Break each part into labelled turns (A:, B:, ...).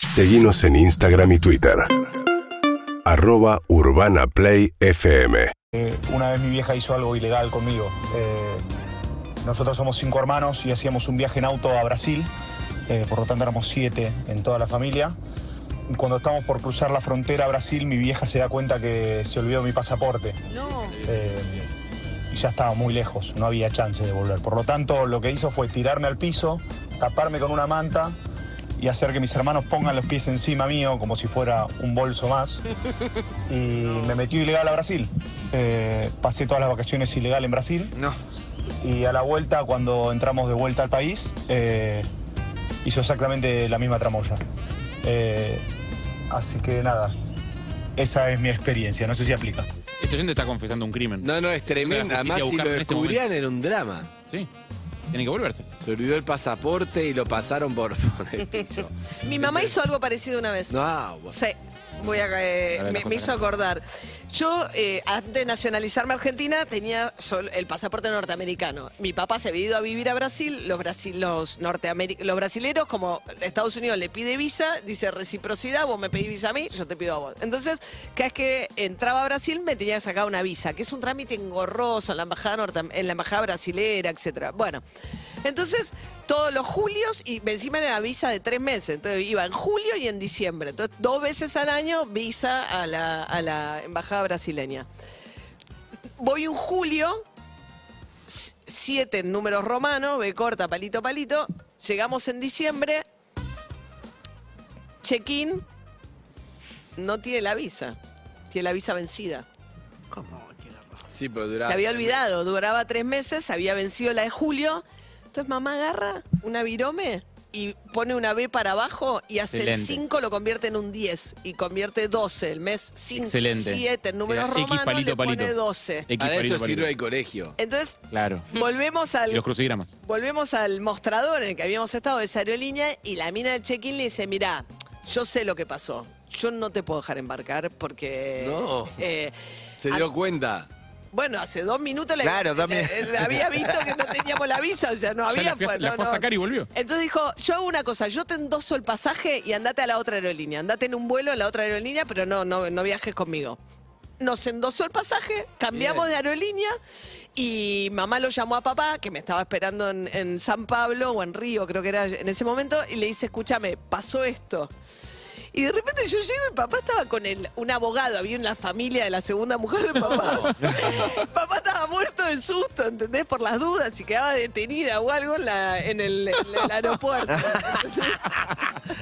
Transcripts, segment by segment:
A: Seguimos en Instagram y Twitter. Arroba Urbana Play FM.
B: Eh, una vez mi vieja hizo algo ilegal conmigo. Eh, nosotros somos cinco hermanos y hacíamos un viaje en auto a Brasil, eh, por lo tanto éramos siete en toda la familia. Y cuando estamos por cruzar la frontera a Brasil, mi vieja se da cuenta que se olvidó mi pasaporte.
C: No.
B: Eh, y ya estaba muy lejos, no había chance de volver. Por lo tanto, lo que hizo fue tirarme al piso, taparme con una manta y hacer que mis hermanos pongan los pies encima mío como si fuera un bolso más. Y me metió ilegal a Brasil. Eh, pasé todas las vacaciones ilegal en Brasil
D: No.
B: y a la vuelta, cuando entramos de vuelta al país, eh, hizo exactamente la misma tramoya. Eh, así que nada, esa es mi experiencia, no sé si aplica.
E: Este oyente está confesando un crimen.
D: No, no, es tremenda.
E: La
D: Además,
E: justicia
D: si lo
E: buscando en este
D: descubrían era un drama.
E: Sí. Tiene que volverse.
D: Se olvidó el pasaporte y lo pasaron por, por el piso.
C: Mi mamá hizo algo parecido una vez.
D: No, bueno.
C: Sí, voy a, eh,
E: Ahora
C: me,
E: las
C: me
E: cosas
C: hizo acordar. Yo, eh, antes de nacionalizarme argentina, tenía sol- el pasaporte norteamericano. Mi papá se había ido a vivir a Brasil. Los, brasi- los, norteameri- los brasileros, como Estados Unidos le pide visa, dice reciprocidad, vos me pedís visa a mí, yo te pido a vos. Entonces, cada vez que entraba a Brasil, me tenía que sacar una visa, que es un trámite engorroso en la embajada, norte- en la embajada brasilera, etcétera. Bueno, entonces, todos los julios, y encima era visa de tres meses, entonces iba en julio y en diciembre. Entonces, dos veces al año visa a la, a la embajada brasileña. Voy en julio, s- siete en números romanos, B corta, palito, palito. Llegamos en diciembre, check-in, no tiene la visa, tiene la visa vencida.
D: Sí, pero duraba.
C: Se había olvidado, duraba tres meses, se había vencido la de julio. Entonces mamá agarra una virome y pone una B para abajo y hace
E: Excelente.
C: el 5 lo convierte en un 10 y convierte 12, el mes 5,
E: Excelente.
C: 7 en números
E: Era X
C: romanos
E: palito,
C: le pone
E: palito. Eh.
C: 12.
E: X
D: Para
E: palito,
D: Eh, eso
E: palito.
D: sirve el colegio.
C: Entonces
E: Claro.
C: volvemos
E: Y
C: al
E: los crucigramas.
C: Volvemos al mostrador en el que habíamos estado de esa aerolínea y la mina del check-in le dice, mirá, yo sé lo que pasó, yo no te puedo dejar embarcar porque...
D: No.
C: eh,
D: Se
C: a-
D: dio cuenta.
C: bueno, hace dos minutos le,
F: Claro, dos minutos.
C: eh, eh, había visto que no teníamos la visa, o sea, no había...
E: Ya la fue a- la
C: no,
E: fue a
C: no.
E: sacar y volvió.
C: Entonces dijo, yo hago una cosa, yo te endoso el pasaje y andate a la otra aerolínea, andate en un vuelo a la otra aerolínea, pero no, no, no viajes conmigo. Nos endosó el pasaje, cambiamos de aerolínea y mamá lo llamó a papá, que me estaba esperando en, en San Pablo o en Río, creo que era en ese momento, y le dice, escúchame, pasó esto. Y de repente yo llego y papá estaba con el, un abogado, había una familia de la segunda mujer de papá. papá estaba muerto de susto, ¿entendés? Por las dudas, si quedaba detenida o algo en, la- en el, en el aeropuerto.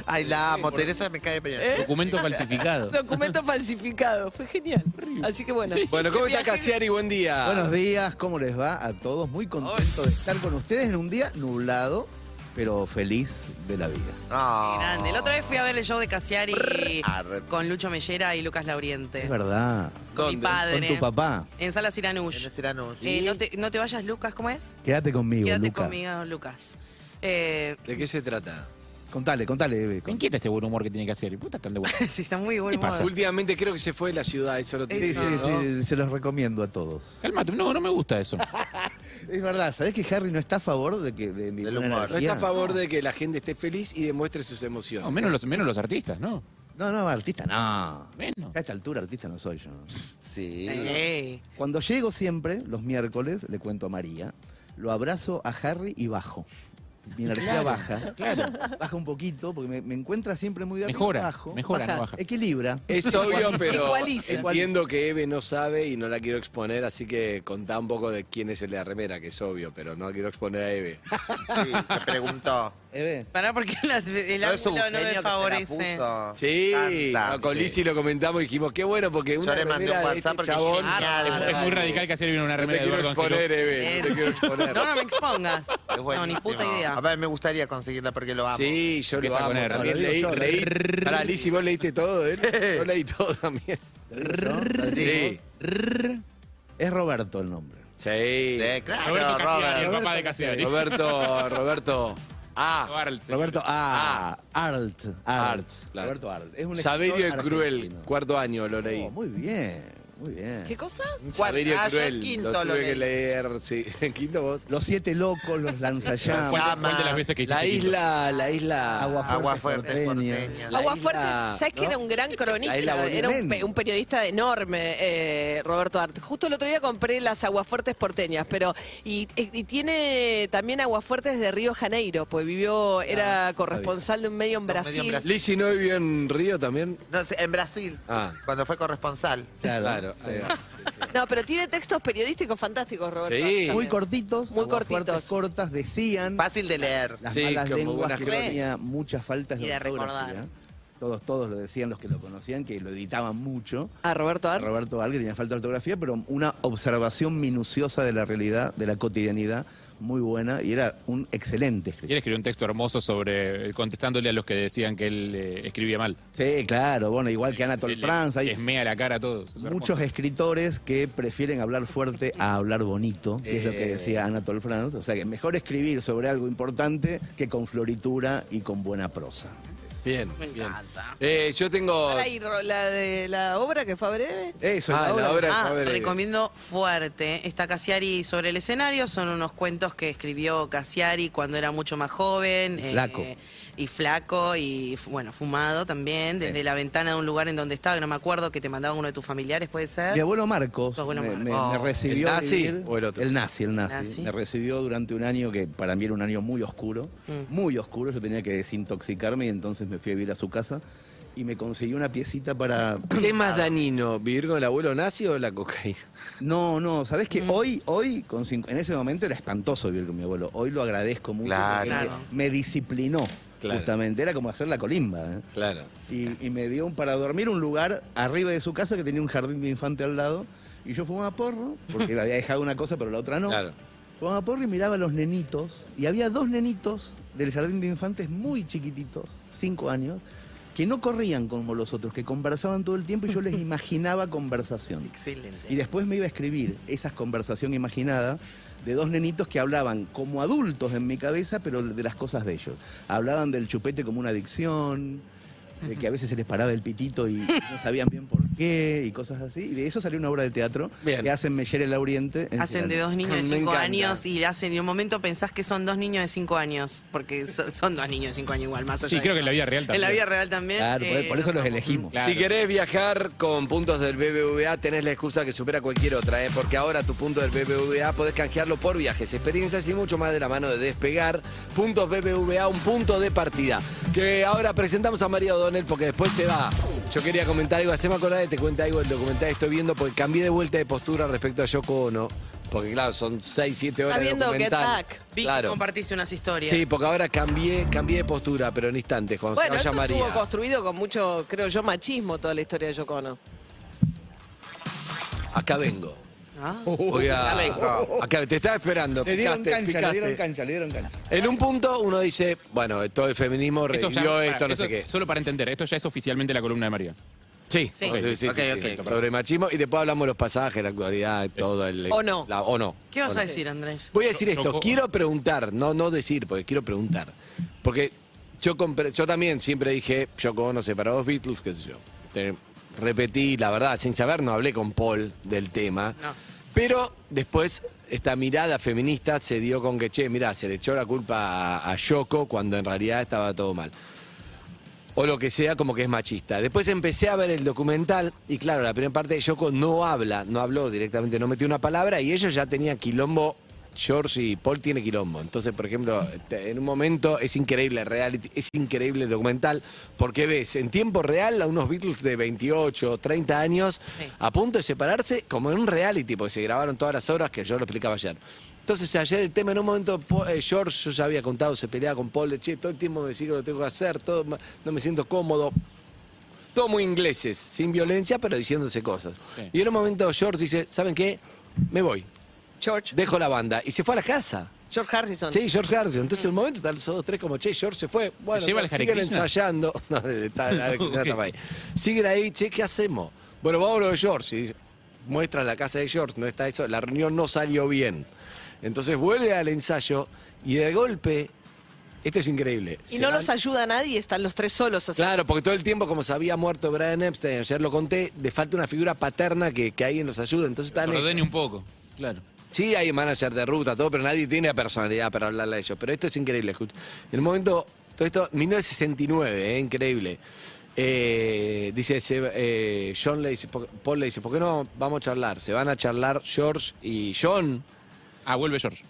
F: Ay, la amo. Teresa me cae bien.
C: ¿Eh?
E: Documento falsificado.
C: Documento falsificado, fue genial. Así que bueno.
D: Bueno, ¿cómo está
C: Viaje-
D: Casiari? Buen día.
G: Buenos días, ¿cómo les va a todos? Muy contento de estar con ustedes en un día nublado, pero feliz de la vida.
F: Ah.
H: Grande. La otra vez fui a ver el show de Casiari
F: Arre.
H: con Lucho Mellera y Lucas Lauriente.
D: Eh.
G: Es verdad.
H: Con mi
D: ¿Dónde?
H: padre.
G: Con tu papá.
H: En Sala
F: En
H: Siranush.
F: el Cyrano, sí.
H: Eh, no, te, no te vayas, Lucas, ¿cómo es?
G: Quédate conmigo,
H: Quédate
G: Lucas.
H: conmigo, Lucas. Eh,
D: ¿De qué se trata?
G: Contale, contale, bebé.
E: Me inquieta este buen humor que tiene que hacer. Puta, están de buen humor.
H: sí, está muy bueno.
E: pasa?
D: Últimamente creo que se fue de la ciudad, eso lo
G: Sí, sí,
D: tiene. ¿no?
G: sí, se los recomiendo a todos.
E: Calmate. No, no me gusta eso.
G: Es verdad, ¿sabés que Harry no está a favor de que de mi
F: Del
G: buena
F: humor.
D: No
G: energía?
D: está a favor de que la gente esté feliz y demuestre sus emociones.
E: No, menos los, menos los artistas, ¿no?
G: No, no, artista no.
E: Menos.
G: A esta altura artista no soy yo.
F: Sí.
H: Ey.
G: Cuando llego siempre, los miércoles, le cuento a María, lo abrazo a Harry y bajo. Mi energía baja. Baja un poquito, porque me, me encuentra siempre muy arriba,
E: Mejora,
G: bajo.
E: mejora, no baja.
G: Equilibra.
D: Es obvio,
G: Ecualiza.
D: pero
C: Ecualiza.
D: entiendo que Eve no sabe y no la quiero exponer, así que contá un poco de quién es el de la remera, que es obvio, pero no quiero exponer a Eve.
F: Sí, te preguntó.
G: Eve,
H: Pará, porque la- el
F: No es un
H: ángulo no
F: genio
H: me
F: que se
H: favorece.
F: la puso.
D: Sí,
F: Canta,
D: no, con
F: sí.
D: Lizzy lo comentamos y dijimos, qué bueno, porque
F: Yo
D: una
F: le mandé
D: remera
F: un
D: de
F: WhatsApp
D: este
F: porque
D: chabón...
F: es genial.
H: Ah,
E: Es muy
F: boludo.
E: radical que hacer viene una
D: No te
E: remera de
D: quiero
E: Eduardo
D: exponer, eh.
E: Angelos.
D: Eve, no te quiero exponer.
H: Eh, No, no me expongas.
F: Es
H: No, ni
F: buenísimo.
H: puta idea.
F: A ver, me gustaría conseguirla porque lo amo.
D: Sí, yo lo
E: Empieza
D: amo
E: con R.
D: también.
G: Lo
D: Leí,
G: digo yo,
D: leí. Pará, Lizzy, vos leíste todo, ¿eh? Yo leí todo también. Sí,
G: es Roberto el nombre.
D: sí.
F: Sí, claro,
E: Roberto Casiari, el
F: Robert.
E: papá de Casiari.
D: Roberto, Roberto. Ah,
G: Roberto ah, Art. Art.
D: Art, claro.
G: Roberto Art. Es un
D: Saverio el
G: escritor
D: Cruel,
G: argentino.
H: Oh,
D: cuarto año lo leí.
G: Oh, muy bien. Muy bien.
C: ¿Qué cosa?
D: Saberio
F: Ah, yo en
D: Cruel.
F: quinto
D: lo
F: lo
D: tuve que
F: leí.
D: leer, sí. ¿En quinto vos?
G: Los siete locos, los
E: ¿Cuál,
G: lanzallamas,
E: cuál de las veces que este hiciste?
D: La
E: quinto?
D: isla, la isla. Ah.
G: agua fuerte,
F: Agua fuerte,
G: porteña.
F: porteña.
D: La
C: Agua
D: isla,
C: Fuerte, ¿sabes que
D: ¿no?
C: era un gran cronista?
D: La isla Bonito.
C: Era un, pe- un periodista enorme, eh, Roberto Art. Justo el otro día compré las aguafuertes porteñas, pero. Y, y tiene también aguafuertes de Río Janeiro, pues
D: Ah,
C: vivió, era corresponsal de un medio en
F: De un medio
C: Brasil.
F: en Brasil.
D: Lizzie no vivió en Río también.
F: No sé, en Brasil,
D: Ah.
F: cuando fue corresponsal.
D: Claro. ahí va.
C: No, pero tiene textos periodísticos fantásticos, Roberto.
D: Sí.
C: Art.
G: Muy cortitos,
C: Muy
G: aguas fuertes
C: cortitos.
G: cortas, decían
F: Fácil de leer.
G: las
D: Sí,
G: malas
D: como
G: lenguas
D: buenas
G: que
D: crónicas.
G: tenía muchas faltas de,
H: Y de
G: ortografía.
H: recordar.
G: Todos, todos lo decían los que lo conocían, que lo editaban mucho.
C: A Ah, Roberto Art.
G: Roberto Val, que tenía falta de ortografía, pero una observación minuciosa de la realidad, de la cotidianidad, muy buena, y era un excelente
E: Y él
G: escritor.
E: escribió un texto hermoso sobre eh, contestándole a los que decían que él eh, escribía mal.
G: Sí, claro, bueno, igual que Anatole
E: Él, eh,
G: France, hay
E: Esmea la cara a todos. Es hermoso.
G: muchos escritores que prefieren hablar fuerte a hablar bonito, que es lo que decía Anatole France. O sea, que mejor escribir sobre algo importante que con floritura y con buena prosa.
D: Bien,
H: Me
D: bien.
H: encanta.
D: Eh, yo tengo.
C: Ahora, y Ro- la de la obra que fue a breve.
G: Eso,
D: Ah, la obra de
H: Ah,
D: Fabre.
H: recomiendo fuerte. Está Cassiari sobre el escenario. Son unos cuentos que escribió Cassiari cuando era mucho más joven. eh,
G: Y flaco.
H: y flaco y, f- bueno, fumado también. Desde la ventana de un lugar en donde estaba, que no me acuerdo, que te mandaba uno de tus familiares, puede ser.
G: Mi abuelo Marcos,
H: Tu abuelo
G: me, me-
H: Marcos.
G: me recibió.
D: Oh. ¿El nazi
G: vivir-
D: o el otro?
G: nazi, el nazi.
H: Nazi.
G: Me recibió durante un año que para mí era un año muy oscuro,
D: Mm.
G: muy oscuro. Yo tenía que desintoxicarme y entonces me fui a vivir a su casa y me conseguí una piecita para.
D: ¿Qué más danino? ¿Vivir con el abuelo nazi o la cocaína?
G: No, no, ¿sabés que Hoy, hoy con cinco- en ese momento era espantoso vivir con mi abuelo. Hoy lo agradezco mucho.
F: Claro.
G: porque
H: Claro.
G: Me, me disciplinó,
D: Claro.
G: justamente. Era como hacer la colimba. ¿eh?
D: Claro.
G: Y, y me dio un- para dormir un lugar arriba de su casa que tenía un jardín de infante al lado. Y yo fumaba porro, porque le había dejado una cosa pero la otra no.
D: Claro.
G: Fumaba porro y miraba a los nenitos. Y había dos nenitos del jardín de infantes muy chiquititos, cinco años, que no corrían como los otros, que conversaban todo el tiempo y yo les imaginaba conversación.
H: Excelente.
G: Y después me iba a escribir esa conversación imaginada de dos nenitos que hablaban como adultos en mi cabeza, pero de las cosas de ellos. Hablaban del chupete como una adicción, de que a veces se les paraba el pitito y no sabían bien por qué, y cosas así. Y de eso salió una obra de teatro
D: Bien.
G: que hacen Meyer el Oriente. en
H: Hacen de
G: Ciudad.
H: dos niños de
D: Me
H: cinco
D: encanta.
H: años y hacen, y un momento pensás que son dos niños de cinco años, porque so- son dos niños de cinco años igual, más allá
E: Sí,
H: de
E: creo
H: eso.
E: que en la vida real
H: En
E: también.
H: la vida real también.
G: Claro, por-
H: eh,
G: por eso
H: no
G: los
H: somos-
G: elegimos.
E: Claro.
D: Si querés viajar con puntos del BBVA, tenés la excusa que supera cualquier otra, ¿eh? porque ahora tu punto del BBVA podés canjearlo por viajes, experiencias y mucho más de la mano de despegar. Puntos BBVA, un punto de partida. Que ahora presentamos a María O'Donnell porque después se va. Yo quería comentar algo, haceme acordar y te cuenta algo el documental que estoy viendo porque cambié de vuelta de postura respecto a Yoko Ono. Porque claro, son 6, 7 horas de
C: viendo Get
D: documental.
C: Back.
H: Vi que
D: Claro.
H: compartiste unas historias.
D: Sí, porque ahora cambié, cambié de postura, pero en instantes, cuando
C: Bueno,
D: se
C: eso
D: vaya María.
C: estuvo construido con mucho, creo yo, machismo toda la historia de Yoko Ono.
D: Acá vengo.
H: Ah.
E: Oh.
D: Voy a- Acá, ah, te estaba esperando.
G: Le dieron
D: picaste,
G: cancha, le dieron
D: picaste.
G: cancha, le dieron cancha.
D: En un punto uno dice, bueno, todo el feminismo
E: Esto
D: revivió
E: ya-
D: esto,
E: pará,
D: no
E: esto-
D: sé qué.
E: Solo para entender, esto ya es oficialmente la columna de María.
D: Sí,
H: Sí.
D: ok, sí, sí,
F: Ok,
D: sí,
F: ok.
D: sí, sobre machismo y después hablamos de los pasajes, la actualidad, todo el...
C: O no.
D: la- o no.
H: ¿Qué vas
D: O no.
H: a decir, Andrés?
D: Voy a decir esto,
E: Chocó.
D: quiero preguntar, no, no decir, porque quiero preguntar. Porque yo, compré- yo también siempre dije, yo como no sé, para dos Beatles, qué sé yo. Te- repetí, la verdad, sin saber, no hablé con Paul del tema.
H: No.
D: Pero después esta mirada feminista se dio con que, che, mirá, se le echó la culpa a, a Yoko cuando en realidad estaba todo mal. O lo que sea, como que es machista. Después empecé a ver el documental y claro, la primera parte de Yoko no habla, no habló directamente, no metió una palabra y ellos ya tenían quilombo. George y Paul tiene quilombo. Entonces, por ejemplo, te- en un momento es increíble el reality, es increíble el documental, porque ves en tiempo real a unos Beatles de 28, 30 años
H: Sí.
D: a punto de separarse, como en un reality, porque se grabaron todas las horas que yo lo explicaba ayer. Entonces ayer el tema, en un momento po- eh, George, yo ya había contado, se peleaba con Paul, de, che, todo el tiempo me decís que lo tengo que hacer, todo, ma- no me siento cómodo. Todo muy ingleses, sin violencia, pero diciéndose cosas.
E: Sí.
D: Y en un momento George dice, ¿saben qué? Me voy,
C: George.
D: dejo la banda. Y se fue a la casa.
C: George Harrison.
D: Sí, George Harrison. Entonces, en el momento están los dos, tres como, che, George se fue. Bueno,
E: lleva el Hare
D: siguen
E: Krishna?
D: ensayando. No, eh, está, la Hare Krishna estaba ahí. Siguen ahí, che, ¿qué hacemos? Bueno, vamos a lo de George. Y dice, muestran la casa de George, no está eso. La reunión no salió bien. Entonces vuelve al ensayo y de golpe Esto es increíble.
C: Y
D: Se
C: no
D: van-
C: los ayuda a nadie, están los tres solos. O sea,
D: Claro, porque todo el tiempo, como se había muerto Brian Epstein, ayer lo conté, le falta una figura paterna que, que alguien los ayude. Entonces están.
E: Ordene un poco. Claro.
D: Sí, hay manager de ruta, todo, pero nadie tiene personalidad para hablarle a ellos. Pero esto es increíble. escuch- En el momento, todo esto, 1969, eh, increíble. Eh, dice se- eh, John le dice, "Po- Paul le dice, ¿por qué no vamos a charlar? Se van a charlar George y John.
E: Ah, vuelve George.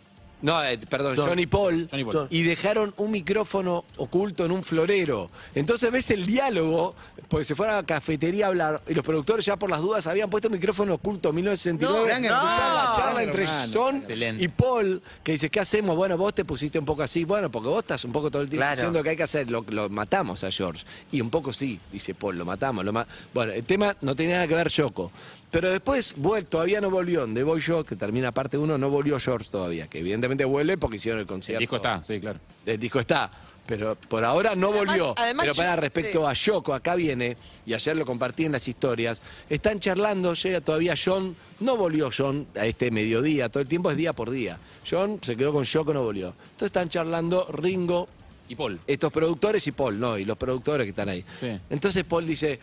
D: No, eh, perdón,
E: John.
D: John y Paul.
E: John y Paul.
D: Y dejaron un micrófono oculto en un florero. Entonces ves el diálogo, porque se fueron a la cafetería a hablar y los productores ya por las dudas habían puesto un micrófono oculto en 1969.
G: No,
D: Escuchá
G: no.
D: la charla entre
G: Hermano.
D: John
E: Excelente.
D: y Paul, que dice, ¿qué hacemos? Bueno, vos te pusiste un poco así, bueno, porque vos estás un poco todo el tiempo
F: Claro.
D: diciendo que hay que hacer, lo, lo matamos a George. Y un poco sí, dice Paul, lo matamos. Lo ma- bueno, el tema no tenía nada que ver Yoko. Pero después, vuel- todavía no volvió, de Boy George, que termina parte 1, no volvió George todavía, que evidentemente vuelve porque hicieron el concierto.
E: El disco está, sí, claro.
D: El disco está. Pero por ahora no
C: Además-
D: volvió.
C: además
D: pero para
C: yo-
D: respecto a Yoko, acá viene, y ayer lo compartí en las historias, están charlando, llega todavía John, no volvió John a este mediodía, todo el tiempo es día por día. John se quedó con Yoko, no volvió. Entonces están charlando Ringo,
E: Y Paul.
D: estos productores y Paul, ¿no? Y los productores que están ahí.
E: Sí.
D: Entonces Paul dice,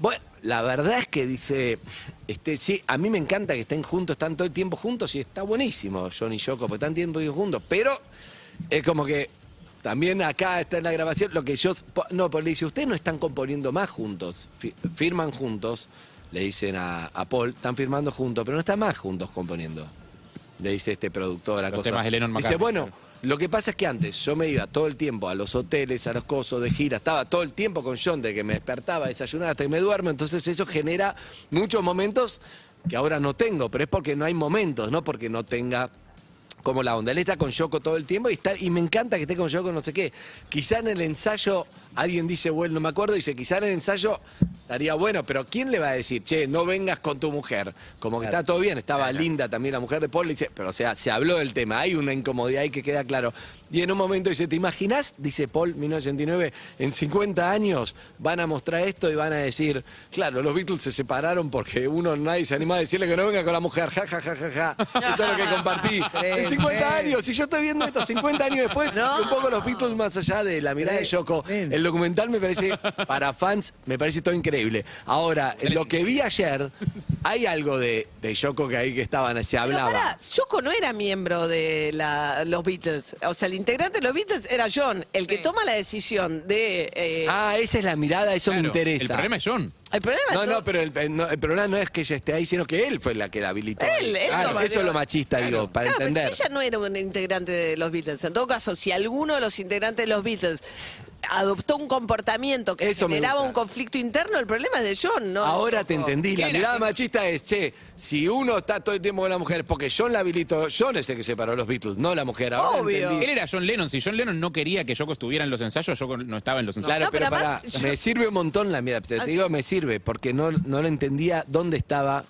D: bueno, la verdad es que dice, este, sí, a mí me encanta que estén juntos, están todo el tiempo juntos y está buenísimo John y Yoko, porque están tiempo juntos, pero es como que también acá está en la grabación, lo que yo, po- no, Paul le dice, ustedes no están componiendo más juntos, fi- firman juntos, le dicen a, a Paul, están firmando juntos, pero no están más juntos componiendo. Le dice este productor a
E: Los
D: cosas.
E: temas de Lennon
D: Dice,
E: McCartney,
D: bueno,
E: claro.
D: lo que pasa es que antes yo me iba todo el tiempo a los hoteles, a los cosos de gira, estaba todo el tiempo con John de que me despertaba, desayunaba hasta que me duermo, entonces eso genera muchos momentos que ahora no tengo, pero es porque no hay momentos, no porque no tenga como la onda. Él está con Yoko todo el tiempo y, está, y me encanta que esté con Yoko, no sé qué. Quizá en el ensayo, alguien dice, bueno, no me acuerdo, dice, quizá en el ensayo estaría bueno, pero ¿quién le va a decir, che, no vengas con tu mujer? Como que está todo bien, estaba linda también la mujer de Paul, le dice, pero o sea, se habló del tema, hay una incomodidad ahí que queda claro. Y en un momento dice, ¿te imaginas? Dice Paul, 1989, en 50 años van a mostrar esto y van a decir, claro, los Beatles se separaron porque uno nadie se animaba a decirle que no venga con la mujer, ja, ja, ja, ja, ja. Eso es lo que compartí. en 50 años, si yo estoy viendo esto 50 años después, un poco los Beatles más allá de la mirada de Yoko,
G: Tremendo.
D: el documental me parece, para fans, me parece todo increíble. Ahora, en lo que vi ayer, hay algo de, de Yoko que ahí que estaban, se
C: Pero
D: hablaba.
C: pará, Yoko no era miembro de la- los Beatles. O sea, el integrante de los Beatles era John, el que
H: Sí.
C: toma la decisión de. eh,
D: Ah, esa es la mirada, eso me
E: Claro,
D: interesa.
E: El problema es John.
C: el problema
D: No,
C: es
D: no,
C: todo-
D: pero el, eh, no, el problema no es que ella esté ahí, sino que él fue la que la habilitó.
C: Él, él
D: Claro,
C: lo
D: eso es lo
C: validó.
D: machista, digo, para
C: Claro, pero
D: entender.
C: si ella no era un integrante de los Beatles. En todo caso, si alguno de los integrantes de los Beatles adoptó un comportamiento que
D: Eso me
C: generaba
D: gusta.
C: un conflicto interno, el problema es de John, ¿no?
D: Ahora te
C: Yoko.
D: entendí. La
E: Era-
D: mirada machista es, che, si uno está todo el tiempo con la mujer, porque John la habilitó, John es el que separó a los Beatles, no la mujer. Ahora
C: Obvio.
D: entendí.
E: Él era John Lennon. Si John Lennon no quería que Yoko estuviera en los ensayos, Yoko no estaba en los ensayos.
D: Claro,
C: No,
D: pero,
C: pero
D: pará,
C: además, yo-
D: me sirve un montón la mirada. Te, te
C: Ah, sí.
D: digo, me sirve, porque no, no lo entendía dónde estaba.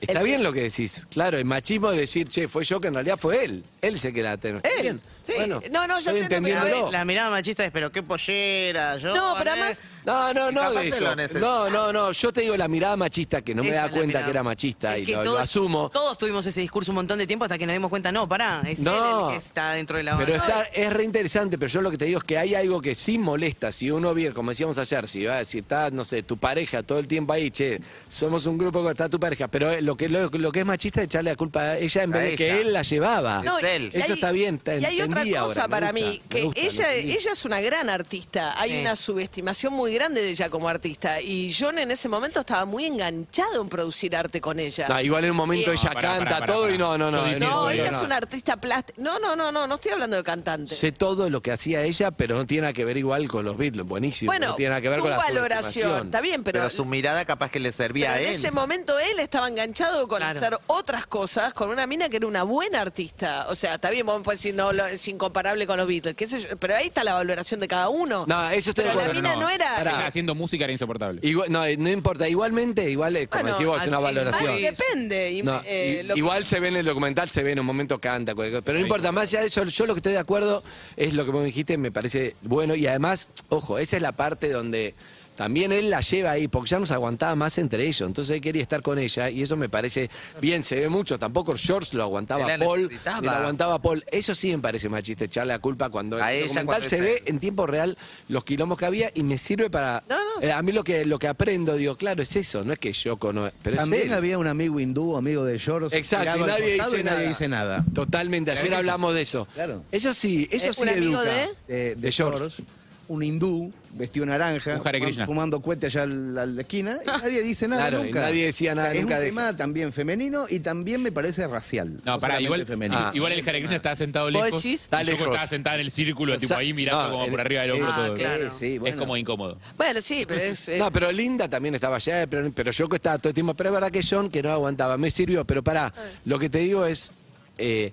D: Está
C: El-
D: bien lo que decís. Claro, el machismo de decir, che, fue yo, que en realidad fue él. Él se que la tenía.
C: Él, sí. No, no, ya sé
D: estoy
C: lo que-
D: entendiéndolo.
F: La mirada machista es, pero qué pollera. Yo
C: No, pero
F: gané.
C: además-
D: No, no,
F: Y
D: no,
F: capaz
D: de
F: él
D: eso.
F: lo necesita.
D: No, no, no. Yo te digo la mirada machista, que no me
H: Esa
D: da
H: es la
D: cuenta
H: mirada.
D: que era machista
H: Es
D: y
H: que
D: lo, lo
H: todos-
D: asumo.
H: Todos tuvimos ese discurso un montón de tiempo hasta que nos dimos cuenta, no, pará, es él
D: No.
H: el que está dentro de la
D: Pero está,
H: banda.
D: es re interesante, pero yo lo que te digo es que hay algo que sí molesta. Si uno viene, como decíamos ayer, si, va, si está, no sé, tu pareja todo el tiempo ahí, che, somos un grupo que está tu pareja, pero eh, lo que, lo, lo que es machista es echarle la culpa a ella en
F: A
D: vez de que
F: ella.
D: él la llevaba.
F: No, Es él.
C: y
D: Eso
C: hay-
D: está bien, te
C: Y hay otra
D: entendí
C: cosa
D: ahora, me
C: para
D: gusta,
C: mí,
D: me
C: que
D: gusta, lo
C: ella,
D: entendí.
C: ella es una gran artista. Hay
H: Sí.
C: una subestimación muy grande de ella como artista. Y John en ese momento estaba muy enganchado en producir arte con ella.
D: No, igual en un momento
C: No,
D: ella
E: pará,
D: canta
E: pará, pará,
D: todo y no, no,
E: Yo
D: no.
E: diciendo,
C: No,
E: Sí,
C: ella
E: no.
C: es una artista plástica. No, no, no, no, no estoy hablando de cantante.
D: Sé todo lo que hacía ella, pero no tiene nada que ver igual con los Beatles, buenísimo.
C: bueno,
D: no tiene nada que ver
C: tu
D: con la
C: valoración,
D: subestimación.
C: está bien,
F: Pero,
C: pero,
F: su mirada capaz que le servía
C: pero
F: a
C: en
F: él.
C: ese momento él estaba enganchado con
H: Claro.
C: hacer otras cosas con una mina que era una buena artista. O sea, está bien, vos me puedes decir, no, lo- es incomparable con los Beatles, qué sé yo, pero ahí está la valoración de cada uno.
D: No, eso estoy
C: pero
D: de
C: la
D: acuerdo,
C: mina no,
D: no.
C: era...
D: Pará.
E: Él haciendo música era insoportable.
D: Igual- no, eh, no importa, igualmente, igual es como
C: Bueno,
D: decís vos, es una
H: al-
D: valoración.
C: Ay, depende. y,
D: No,
C: eh,
D: i-
C: lo-
D: igual se ve en el documental, se ve en un momento canta, cualquier cosa, pero no importa, más allá de eso, yo lo que estoy de acuerdo es lo que vos me dijiste, me parece bueno y además, ojo, esa es la parte donde También él la lleva ahí, porque ya nos aguantaba más entre ellos. Entonces él quería estar con ella y eso me parece bien, se ve mucho. Tampoco George lo aguantaba
F: Se la
D: Paul,
F: necesitaba.
D: ni lo aguantaba Paul. Eso sí me parece más chiste, echarle la culpa cuando
F: A
D: el
F: ella,
D: documental
F: cuando
D: se
F: es
D: ve
F: él.
D: en tiempo real los quilombos que había y me sirve para...
C: No, no.
D: Eh, a mí lo que, lo que aprendo, digo, claro, es eso, no es que yo conozco... Pero es
G: También
D: él.
G: había un amigo hindú, amigo de George.
D: Exacto,
G: tirado
D: y
G: al
D: nadie,
G: costado
D: dice,
G: y nadie
D: nada.
G: dice nada.
D: Totalmente, ayer
G: Claro.
D: hablamos de eso.
G: Claro.
D: Eso sí, eso
H: Eh,
D: sí
H: un amigo
D: educa.
H: de-
G: de, de
D: De George.
G: George. un hindú vestido de
E: Un
G: naranja,
E: Hare
G: fuma-
E: Krishna.
G: fumando cohete allá al- a la esquina, y nadie dice nada
D: Claro, y
G: nunca.
D: nadie decía nada,
G: es
D: nunca
G: un
D: deja.
G: tema también femenino y también me parece racial.
E: No, pará,
G: solamente
E: igual,
G: femenino.
D: Ah.
E: igual el Hare Krishna estaba sentado
C: ¿Vos
E: lejos.
C: decís?
E: y yo
D: Lejos.
E: estaba sentada en el círculo, tipo
D: Exacto.
E: ahí mirando
D: No,
E: como
D: el-
E: por arriba del hombro
D: ah,
E: todo.
G: claro. Sí, sí,
E: Es
G: bueno.
E: como incómodo.
C: Bueno, sí, pero es. eh,
D: No, pero Linda también estaba allá, pero, pero yo que estaba todo el tiempo. Pero es verdad que John, que no aguantaba, me sirvió. Pero pará, lo que te digo es, eh,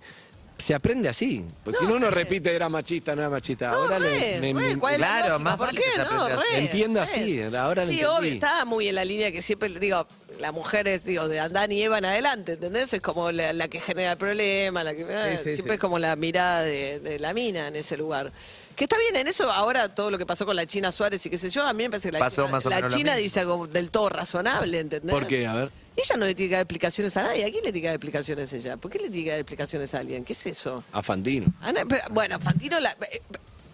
D: se aprende así. Pues si no, uno repite, era machista, no era machista.
C: eh. No,
D: Ahora le-
C: re,
D: me-
C: re,
D: me-
C: ¿cuál es la
F: Claro,
C: lógica?
F: más
C: ¿Por
F: vale
C: qué?
F: que se
C: No,
F: aprenda
C: re,
F: así.
D: Entiendo
C: re.
D: así, ahora lo
C: Sí,
D: entendí.
C: obvio, está muy en la línea que siempre, digo, las mujeres, digo, de Adán y Eva en adelante, ¿entendés? Es como la, la que genera el problema, la que... eh,
G: sí,
C: siempre
G: sí.
C: es como la mirada de, de la mina en ese lugar. Que está bien, en eso ahora todo lo que pasó con la China Suárez y qué sé yo, a mí me parece que la
F: Pasó
C: China,
F: más o
C: la
F: menos lo
C: China
F: mismo.
C: dice algo del todo razonable, ¿entendés?
D: ¿Por qué? A ver.
C: Ella no le tiene que dar explicaciones a nadie. ¿A quién le tiene que dar explicaciones ella? ¿Por qué le tiene que dar explicaciones a alguien? ¿Qué es eso?
D: A Fandino.
C: Ana, pero, bueno, Fantino, la, eh,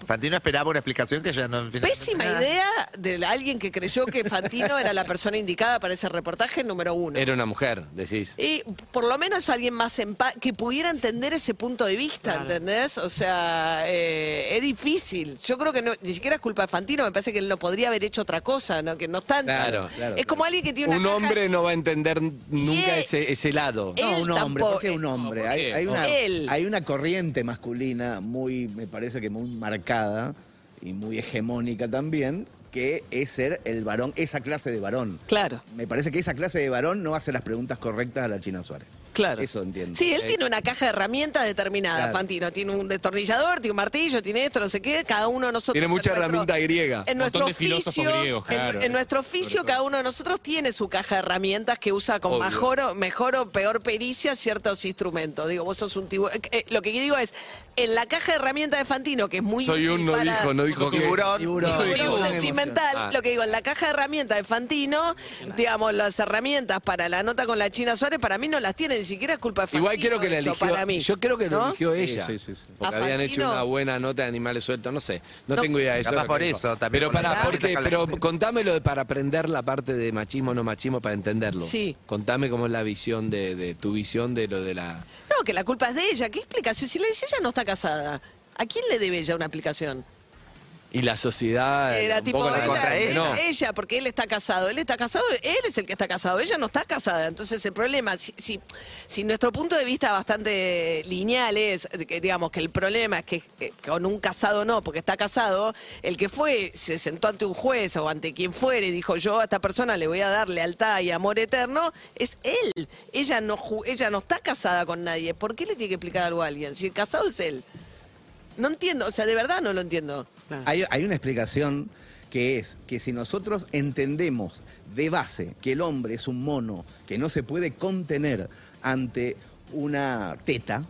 F: Fantino esperaba una explicación que ya no. finalmente-
C: pésima idea de alguien que creyó que Fantino era la persona indicada para ese reportaje número uno.
D: Era una mujer, decís.
C: Y por lo menos alguien más empa- que pudiera entender ese punto de vista, ¿entendés? O sea, eh, es difícil. Yo creo que no, ni siquiera es culpa de Fantino, me parece que él no podría haber hecho otra cosa, ¿no? que no tanto.
D: Claro,
G: claro,
C: es como alguien que tiene una
D: Un
C: caja-
D: hombre no va a entender nunca
C: eh,
D: ese, ese lado.
C: eh,
G: No,
C: él
G: un hombre,
C: tampoco-
G: ¿por qué un hombre? Hay,
E: qué?
G: hay una,
C: Él.
G: hay una corriente masculina muy, me parece que muy marcada y muy hegemónica también, que es ser el varón, esa clase de varón.
C: Claro.
G: Me parece que esa clase de varón no hace las preguntas correctas a la China Suárez.
C: Claro.
G: Eso entiendo.
C: Sí,
D: ¿eh?
C: él tiene una caja de herramientas determinada,
G: Claro.
C: Fantino. Tiene un destornillador, tiene un martillo, tiene esto, no sé qué. Cada uno de nosotros.
D: Tiene mucha
C: en
D: herramienta griega.
C: En
E: Montón
C: nuestro
E: de filósofos
C: oficio,
E: griegos,
C: en-
E: claro.
C: en,
D: eh,
C: nuestro oficio, cada uno de nosotros tiene su caja de herramientas que usa con
D: Obvio.
C: mejor o, mejor o peor pericia ciertos instrumentos. Digo, vos sos un tiburón. lo que digo es, en la caja de herramientas de Fantino, que es muy.
D: Soy
C: útil
D: un no
C: para-
D: dijo, no dijo que...
F: Tiburón.
G: Tiburón.
D: Tiburón
C: Tiburón
G: Tiburón.
C: sentimental,
D: Ah.
C: lo que digo, en la caja de herramientas de Fantino, digamos, las herramientas para la nota con la China Suárez, para mí no las tiene, ni siquiera es culpa de Fantino.
D: Igual creo que la
C: eso,
D: eligió.
C: Para mí.
D: Yo creo que lo
C: ¿No?
D: eligió ella.
G: sí, sí, sí.
D: Porque
C: ¿A
D: habían
C: Fantino?
D: hecho una buena nota de animales sueltos, no sé. No,
C: No.
D: tengo idea de eso.
F: Capaz
D: lo que
F: por
D: dijo.
F: eso también,
D: Pero
F: por
D: para,
F: las
D: porque,
F: herramientas
D: pero
F: con las-
D: contámelo de- para aprender la parte de machismo no machismo para entenderlo.
C: Sí.
D: Contame cómo es la visión de, de- tu visión de lo de la.
C: No, que la culpa es de ella. ¿Qué explicación? Si la dice ella no está casada, ¿a quién le debe ella una explicación?
D: Y la sociedad.
C: Era
D: un
C: tipo
D: poco la-
C: ella,
F: contra
C: ella,
F: él.
D: No.
C: ella, porque él está casado, él está casado, él es el que está casado, ella no está casada. Entonces el problema, si, si, si nuestro punto de vista bastante lineal es, eh, que, digamos, que el problema es que eh, con un casado no, porque está casado, el que fue, se sentó ante un juez o ante quien fuere y dijo, yo a esta persona le voy a dar lealtad y amor eterno, es él. Ella no, ju- ella no está casada con nadie. ¿Por qué le tiene que explicar algo a alguien? Si el casado es él. No entiendo, o sea, de verdad no lo entiendo.
G: Hay, hay una explicación que es que si nosotros entendemos de base que el hombre es un mono que no se puede contener ante una teta,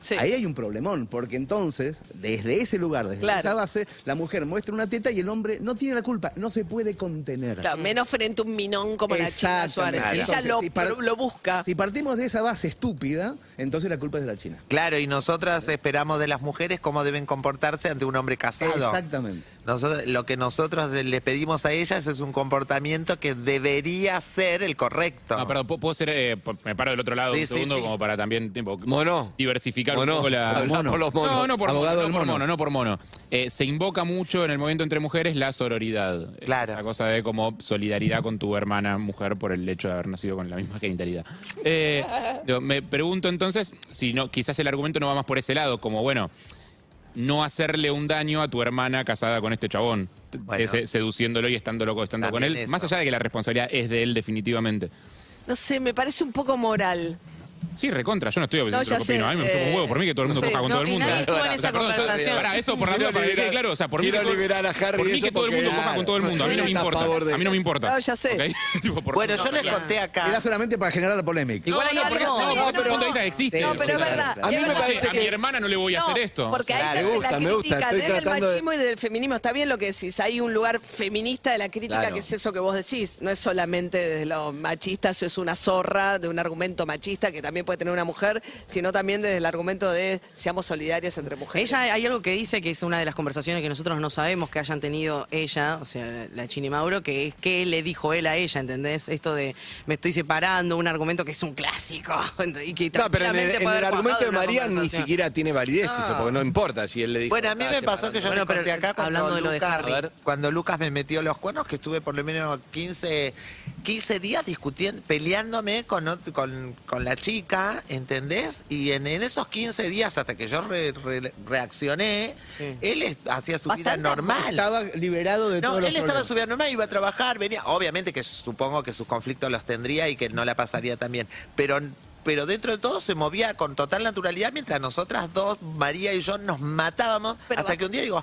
C: Sí.
G: ahí hay un problemón, porque entonces, desde ese lugar, desde
C: Claro.
G: esa base, la mujer muestra una teta y el hombre no tiene la culpa, no se puede contener.
C: Claro, menos frente a un minón como la China
G: Exactamente.
C: Suárez. Si ella
G: Entonces,
C: lo,
G: si par-
C: lo busca.
G: Si partimos de esa base estúpida, entonces la culpa es de la China.
F: Claro, y nosotras esperamos de las mujeres cómo deben comportarse ante un hombre casado.
G: Exactamente.
F: Nosotros, lo que nosotros les pedimos a ellas es un comportamiento que debería ser el correcto.
E: No, perdón, ¿puedo puedo ser, eh, p- me paro del otro lado
F: Sí,
E: un
F: sí,
E: segundo
F: sí.
E: como para también tipo,
D: Mono.
E: diversificar
D: Mono.
E: un poco la...
D: Hablá por los monos.
E: No, no por mono,
G: Abogado del
E: no por
G: mono.
E: mono, no por mono. Eh, se invoca mucho en el movimiento entre mujeres la sororidad. Eh,
F: Claro.
E: La cosa de como solidaridad con tu hermana mujer por el hecho de haber nacido con la misma genitalidad. Eh, digo, me pregunto entonces si no, quizás el argumento no va más por ese lado, como bueno, no hacerle un daño a tu hermana casada con este chabón, t-
F: Bueno.
E: eh, se- seduciéndolo y estando loco, estando con él,
F: También eso.
E: más allá de que la responsabilidad es de él definitivamente.
C: No sé, me parece un poco moral.
E: Sí, recontra, yo no estoy
C: No,
E: obsesionado
C: ya
E: con
C: sé,
E: opino. A mí me chupa un
C: eh,
E: huevo, por mí que todo el mundo
C: sí,
E: coja con
H: no,
E: todo el
H: y
E: mundo.
H: nadie estuvo en
E: O sea,
H: esa
E: perdón, yo-
H: conversación.
E: Pará, eso por la
D: Quiero
E: duda, para que quede
D: liberar-
E: claro. O sea, por mí.
D: quiero
E: que todo-
D: liberar a Harry
E: Por
D: de
E: mí
D: eso
E: que todo el
D: porque,
E: mundo coja
D: claro,
E: con todo el mundo. A mí no me
D: está a
E: importa.
D: favor de
E: A mí no me importa.
C: No, ya sé.
E: ¿Ok? Tipo, por-
F: Bueno, yo
E: no,
F: les
E: claro.
F: conté acá.
G: Era solamente para generar la polémica.
H: Igual
E: No,
H: hay
E: no, porque
H: algo-
E: no,
H: no,
E: porque ese
H: no.
E: punto de vista existe.
G: Sí,
C: No, pero es
G: claro,
C: verdad.
G: claro.
D: A mí
C: es
D: me
E: Che,
C: verdad.
D: parece
E: a
D: que-
E: mi hermana no le voy a
C: No,
E: hacer esto.
C: Porque a
D: Claro.
C: ella
D: Me
C: se
D: gusta,
C: la
D: me gusta,
C: critica
D: estoy
C: desde el
D: tratando de-
C: machismo y del feminismo. Está bien lo que decís, hay un lugar feminista de la crítica
D: Claro.
C: que es eso que vos decís. No es solamente desde lo machista, eso es una zorra de un argumento machista que también puede tener una mujer, sino también desde el argumento de seamos solidarias entre mujeres.
H: Ella, hay algo que dice que es una de las conversaciones que nosotros no sabemos que hayan tenido ella, o sea, la Chini Mauro, que es qué le dijo él a ella, ¿entendés? Esto de me estoy separando, un argumento que es un clásico. Y que
D: No, pero en el,
H: tranquilamente
D: en
H: puede
D: el
H: haber
D: argumento
H: cuajado
D: de
H: en una
D: María ni
H: conversación.
D: siquiera tiene validez eso, porque no importa si él le dijo.
F: Bueno, a mí
D: "Estaba
F: me pasó que yo
H: Bueno,
F: te
H: pero
F: conté acá cuando,
H: hablando de lo de
F: Lucas,
H: Harry.
D: A ver.
F: cuando Lucas me metió los cuernos, que estuve por lo menos 15, 15 días discutiendo, peleándome con, ot- con, con la chica, ¿entendés? Y en, en esos 15 días, hasta que yo re- re- reaccioné, él es- hacía su vida normal.
G: Estaba liberado de
F: No,
G: todos
F: él
G: los
F: estaba en
G: problemas.
F: su vida normal, iba a trabajar, venía. Obviamente que supongo que sus conflictos los tendría y que no la pasaría tan bien. Pero, pero dentro de todo se movía con total naturalidad mientras nosotras dos, María y yo, nos matábamos.
C: Pero
F: hasta
C: va-
F: que un día digo,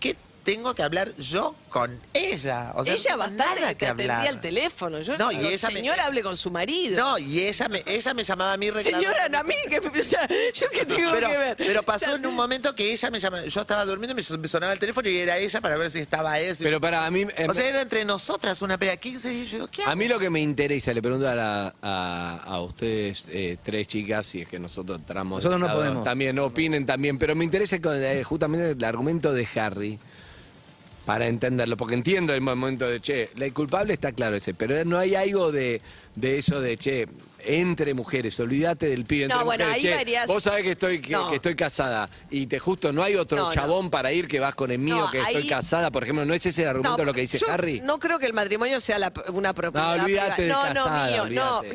F: ¿qué tengo que hablar yo con ella? O sea,
C: ella
F: no tengo
C: bastante
F: nada
C: que te atendía el teléfono. Yo
F: No,
C: no,
F: y
C: digo,
F: ella me- eh,
C: señora, hable con su marido.
F: No, y ella me, ella me llamaba a mí reclamando-
C: señora, no a mí, que me, o sea, yo qué tengo
F: pero,
C: que ver.
F: pero
C: O sea,
F: pasó en un momento que ella me llamaba, yo estaba durmiendo, me sonaba el teléfono y era ella para ver si estaba él. si-
D: Pero para a mí. em,
F: o sea, era entre nosotras una pelea 15 días. Yo digo, ¿qué
D: A mí lo que me interesa, le pregunto a, la- a- a ustedes eh, tres chicas, si es que nosotros entramos.
G: Nosotros no
D: del lado,
G: podemos.
D: También, opinen también, pero me interesa con, eh, justamente el argumento de Harry para entenderlo, porque entiendo el momento de, che, el culpable está claro ese, pero no hay algo de, de eso de, che, entre mujeres, olvídate del pibe entre
C: No, bueno,
D: mujeres,
C: ahí
D: che,
C: varias-
D: vos sabés que estoy, que,
C: No.
D: que estoy casada y te justo no hay otro
C: No, no.
D: chabón para ir que vas con el mío,
C: No,
D: que
C: ahí-
D: estoy casada, por ejemplo, ¿no es ese el argumento lo que dice
C: yo
D: Harry?
C: No creo que el matrimonio sea la- una propiedad.
D: No, olvídate
C: privada.
D: de
C: no,
D: casada,
C: no, mío,
D: olvídate.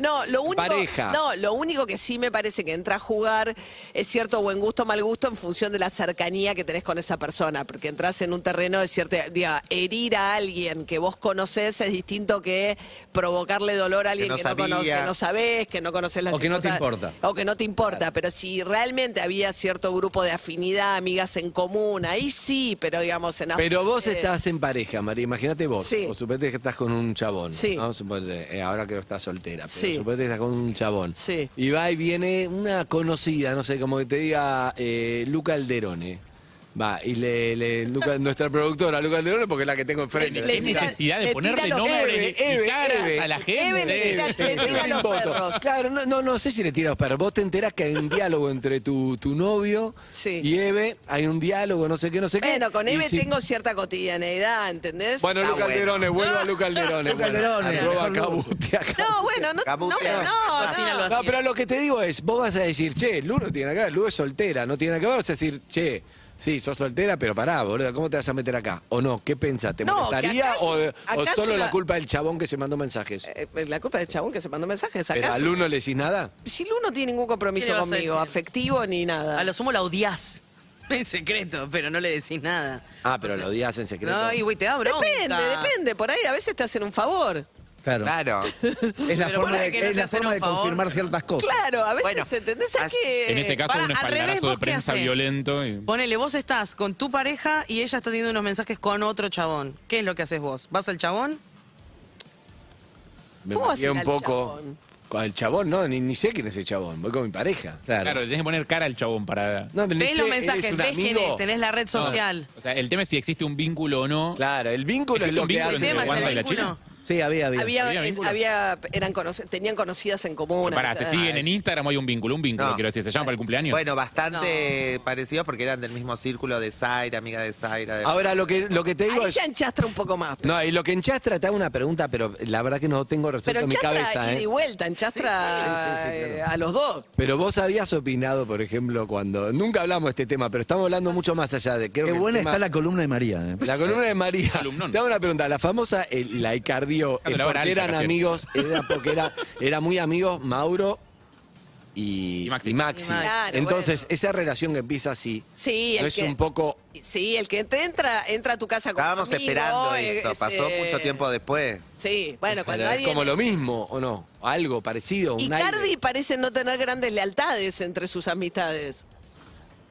C: no, no, lo único,
D: Pareja.
C: no, lo único que sí me parece que entra a jugar es cierto buen gusto, mal gusto en función de la cercanía que tenés con esa persona, porque entras en un terreno de cierta, diga, herir a alguien que vos conocés es distinto que provocarle dolor a alguien
F: no
C: que, no,
F: sabía.
C: conoces, que no sabés, que no conoces las
G: O que no te
C: circunstancias-
G: importa.
C: o que no te importa, pero si realmente había cierto grupo de afinidad, amigas en común, ahí sí, pero digamos en
D: Pero vos
C: eh,
D: estás en pareja, María. Imagínate vos.
C: Sí.
D: O suponete que estás con un chabón.
C: Sí.
D: ¿no? Suponete, eh, ahora que estás soltera. Pero
C: Sí.
D: Suponete que estás con un chabón.
C: Sí.
D: Y va y viene una conocida, no sé, como que te diga eh, Luca Alderone. Va, y le, le- Luca- nuestra productora, Luca Alderone, porque es la que tengo enfrente.
E: ¿Qué
C: tira-
E: necesidad de
C: le
E: ponerle
C: tira los-
E: nombres
D: Eve, Eve,
E: y caras
D: Eve.
E: a la
C: Eve le
E: gente?
C: tira- le tira los
D: Voto.
C: perros.
D: Claro, no, no, no sé si le tira los perros. Vos te enterás que hay un diálogo entre tu, tu novio
C: Sí.
D: y Eve, hay un diálogo, no sé qué, no sé qué.
C: Bueno, con
D: Y
C: Eve
D: si-
C: tengo cierta cotidianeidad, ¿entendés?
D: Bueno,
C: Está
D: Luca Alderone, vuelvo a Luca Alderone.
G: Luca Alderone,
D: Arroba
G: mejor Lu.
D: Cabute acá.
C: No, bueno, no, no,
F: Cabutea.
C: me- no,
H: Así
C: no.
H: no eh. lo
D: No, pero lo que te digo es, vos vas a decir, che, Lu no tiene nada que ver, Lu es soltera, no tiene nada que ver, vas a decir, che, sí, sos soltera, pero pará, boludo, ¿cómo te vas a meter acá? ¿O no? ¿Qué pensás? ¿Te
C: No, que
D: molestaría
C: acá es-
D: o, o
C: acá es
D: solo
C: una-
D: la culpa del chabón que se mandó mensajes?
C: Eh, es la culpa del chabón que se mandó mensajes.
D: ¿Pero
C: Acá
D: a Lu no le decís nada?
C: Si Lu no tiene ningún
H: ¿Qué
C: compromiso
H: le vas a
C: conmigo,
H: decir?
C: afectivo ni nada.
H: A lo sumo la odias. En secreto, pero no le decís nada.
D: Ah, pero
H: O sea,
D: lo odias en secreto.
H: No, y güey, te da bronca.
C: Depende, depende. Por ahí a veces te hacen un favor.
G: Claro.
F: Claro.
G: Es la
H: Pero
G: forma
H: para
G: de,
H: que no
G: es
H: te
G: la
H: hacen
G: forma
H: un
G: de
H: favor.
G: confirmar ciertas cosas.
C: Claro, a veces,
F: Bueno,
C: ¿entendés? Hay
F: as-
C: que...
E: En este caso,
H: Pará,
E: un
H: al revés,
E: espaldarazo
H: ¿vos
E: de
H: qué
E: prensa
H: haces?
E: violento. y-
H: Ponele, vos estás con tu pareja y ella está teniendo unos mensajes con otro chabón. ¿Qué es lo que haces vos? ¿Vas al chabón?
D: Me
C: ¿Cómo
D: mareé
C: hacen
D: un
C: al
D: poco.
C: chabón?
D: Con el chabón, no, ni, ni sé quién es el chabón, voy con mi pareja.
G: Claro.
E: Claro, le tenés que poner cara al chabón para.
D: No, ni
H: Ves los
D: sé, ¿eres
H: mensajes,
D: un
H: ves quién
D: amigo?
H: es, tenés la red social.
E: O sea, el tema es si existe un vínculo o no.
D: Claro, el vínculo es
E: ¿Existe
D: lo
E: un
D: que
E: vínculo
D: hace.
E: entre
H: ¿Tema
D: que
H: es
D: vos-
E: Wanda y
H: el
E: la
H: vínculo?
G: Sí, había, había.
C: Había,
E: ¿Había
C: es-
E: vínculo?
C: había- eran conoce- tenían conocidas en común.
E: Pero pará, se
C: ¿entendés?
E: siguen en Instagram o hay un vínculo, un vínculo,
F: No.
E: quiero decir, se llaman para el cumpleaños.
F: Bueno, bastante parecidos porque eran del mismo círculo de Zaira, amiga de Zaira. de-
D: Ahora, lo que, lo que te digo
C: Ahí
D: es.
C: ya enchastra un poco más.
D: No, y lo que en Chastra te hago una pregunta, pero la verdad que no tengo
C: Pero
D: resuelto en mi
C: enchastra
D: cabeza.
C: ida y
D: ¿eh?
C: vuelta, enchastra eh, a los dos.
D: Pero vos habías opinado, por ejemplo, cuando. Nunca hablamos de este tema, pero estamos hablando mucho más allá de. Creo
G: Qué
D: que el
G: buena
D: tema-
G: está la columna de María. eh.
D: La columna de María.
E: Columnón.
D: Te hago una pregunta. La famosa, el- la Icardio,
E: Buscando
D: ¿es
E: la hora
D: porque
E: alta,
D: eran
E: casi.
D: amigos, era porque era, era muy amigos Mauro y,
E: Y Maxi.
D: y Maxi.
C: Y Maxi. Claro,
D: Entonces,
C: bueno.
D: esa relación que empieza así,
C: Sí,
D: ¿no
C: el
D: es
C: que-
D: un poco
C: Sí, el que te entra, entra a tu casa con
F: Estábamos
C: tu amigo,
F: esperando esto,
C: es,
F: pasó
C: eh,
F: mucho tiempo después.
C: Sí, bueno, cuando
D: pero es
C: alguien...
D: como lo mismo, ¿o no? Algo parecido,
C: Y
D: un aire.
C: Cardi parece no tener grandes lealtades entre sus amistades.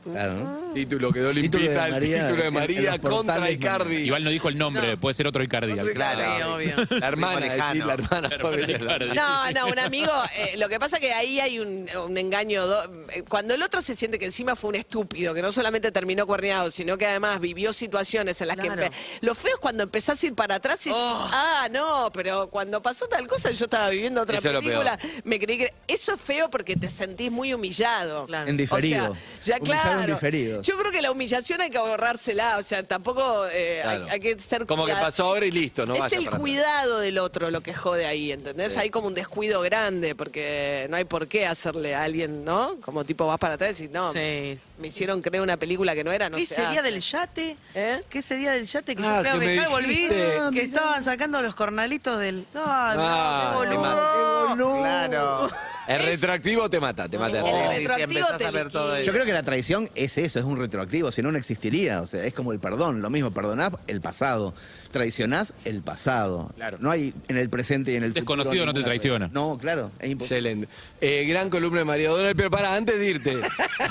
G: Claro, ¿no?
D: Título quedó
G: Título de
D: limpita, el
G: María,
D: título de
G: en- en
D: María
G: los
D: contra
G: portales,
D: Icardi.
E: Igual no dijo el nombre, puede ser otro Icardi. al-
F: Claro.
H: Sí, obvio.
D: La hermana,
F: Primo
D: decir, la
F: lejano.
D: hermana.
E: Claro,
D: Fabiola.
E: para Icardi.
C: No, no, un amigo, eh, lo que pasa que ahí hay un, un engaño. do- eh, cuando el otro se siente que encima fue un estúpido, que no solamente terminó cuerneado, sino que además vivió situaciones en las que...
H: Claro.
C: empe- Lo feo es cuando empezás a ir para atrás y dices,
H: Oh.
C: ah, no, pero cuando pasó tal cosa yo estaba viviendo otra
D: Eso es lo
C: película. Me creí que... Eso es feo porque te sentís muy humillado.
H: Claro.
G: En diferido.
C: O sea, ya
G: Humillar en
C: claro.
G: diferido.
C: Yo creo que la humillación hay que ahorrársela, o sea, tampoco eh,
D: Claro.
C: hay, hay que ser
D: Como que
C: cuida-
D: pasó ahora y listo, no
C: es
D: vaya
C: el
D: para atrás.
C: cuidado del otro lo que jode ahí, ¿entendés? Hay como un descuido grande porque no hay por qué hacerle a alguien, ¿no? Como tipo vas para atrás y no.
H: Sí.
C: Me hicieron creer una película que no era, no
H: ¿Qué
C: se
H: ese día
C: hace.
H: del yate?
C: ¿Eh?
H: ¿Qué ese día del yate que
D: Ah,
H: yo fui a
D: que me
H: pescar y volví?
D: dijiste.
H: Que estaban sacando los cornalitos del. No,
D: Ah,
H: no, qué
D: qué
H: boludo.
F: Claro.
D: El retractivo te mata, te mata.
C: El
F: Sí, sí, sí,
C: retroactivo
F: empezás
C: te
F: a ver todo
G: Yo
F: eso.
G: creo que la traición es eso, es un retroactivo, si no, no existiría. O sea, es como el perdón, lo mismo, perdonás el pasado, traicionás el pasado.
E: Claro.
G: No hay en el presente y en el
E: Desconocido
G: futuro.
E: no te
G: ninguna
E: traiciona.
G: traición. No, claro, es imposible.
D: Excelente. Eh, gran columna de María O'Donnell, pero para, antes de irte,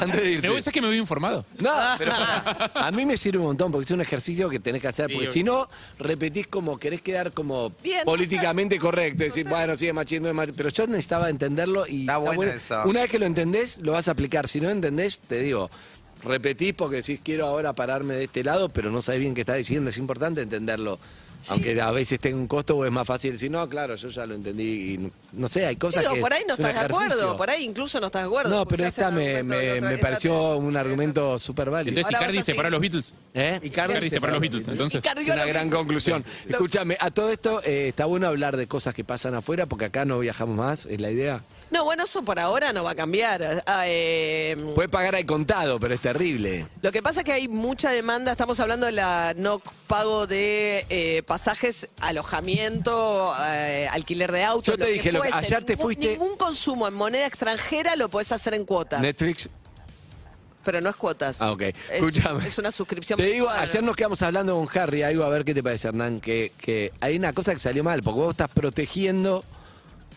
D: antes de irte.
E: Me voy- ¿Sabes que me voy informado?
D: No, pero pará. a mí me sirve un montón porque es un ejercicio que tenés que hacer,
E: Sí,
D: porque
E: obvio.
D: si no, repetís como querés quedar como
C: Bien,
D: políticamente correcto, decir, bueno, sí, es machismo, es machismo, pero yo necesitaba entenderlo y
F: Está bueno eso.
D: Una vez que lo entendés, lo vas a aplicar, si no entendés, te digo, repetís porque decís, quiero ahora pararme de este lado, pero no sabés bien qué está diciendo, es importante entenderlo. Aunque a veces tenga un costo o es más fácil decir, no, claro, yo ya lo entendí. Y, no sé, hay cosas
C: Sí, o
D: que.
C: por ahí no
D: es un
C: estás de acuerdo,
D: ejercicio.
C: por ahí incluso no estás de acuerdo.
D: No, pero
C: Escuchás
D: esta
C: el
D: me,
C: argumento
D: me-
C: del otro-
D: me
C: esta-
D: pareció un argumento súper válido.
E: Entonces
C: Ahora vas
E: Icardi
C: a
E: separó a
C: seguir.
E: los Beatles.
D: ¿Eh?
G: Icardi
E: Icardi separó a los Beatles, entonces.
C: Icardi-
D: Es una gran conclusión.
C: Lo-
D: Escúchame, a todo esto eh, está bueno hablar de cosas que pasan afuera porque acá no viajamos más, es la idea.
C: No, bueno, eso por ahora no va a cambiar. Ah, eh,
D: Puede pagar al contado, pero es terrible.
C: Lo que pasa es que hay mucha demanda, estamos hablando de la no pago de eh, pasajes, alojamiento, eh, alquiler de autos.
D: Yo te dije, lo que-
C: fuese.
D: ayer te
C: Ningún-
D: fuiste-
C: Ningún consumo en moneda extranjera lo podés hacer en cuotas,
D: Netflix.
C: pero no es cuotas.
D: Ah, ok.
C: Es-
D: Escúchame.
C: Es, una suscripción.
D: Te digo,
C: mensual.
D: ayer nos quedamos hablando con Harry, algo a ver qué te parece, Hernán, que, que hay una cosa que salió mal, porque vos estás protegiendo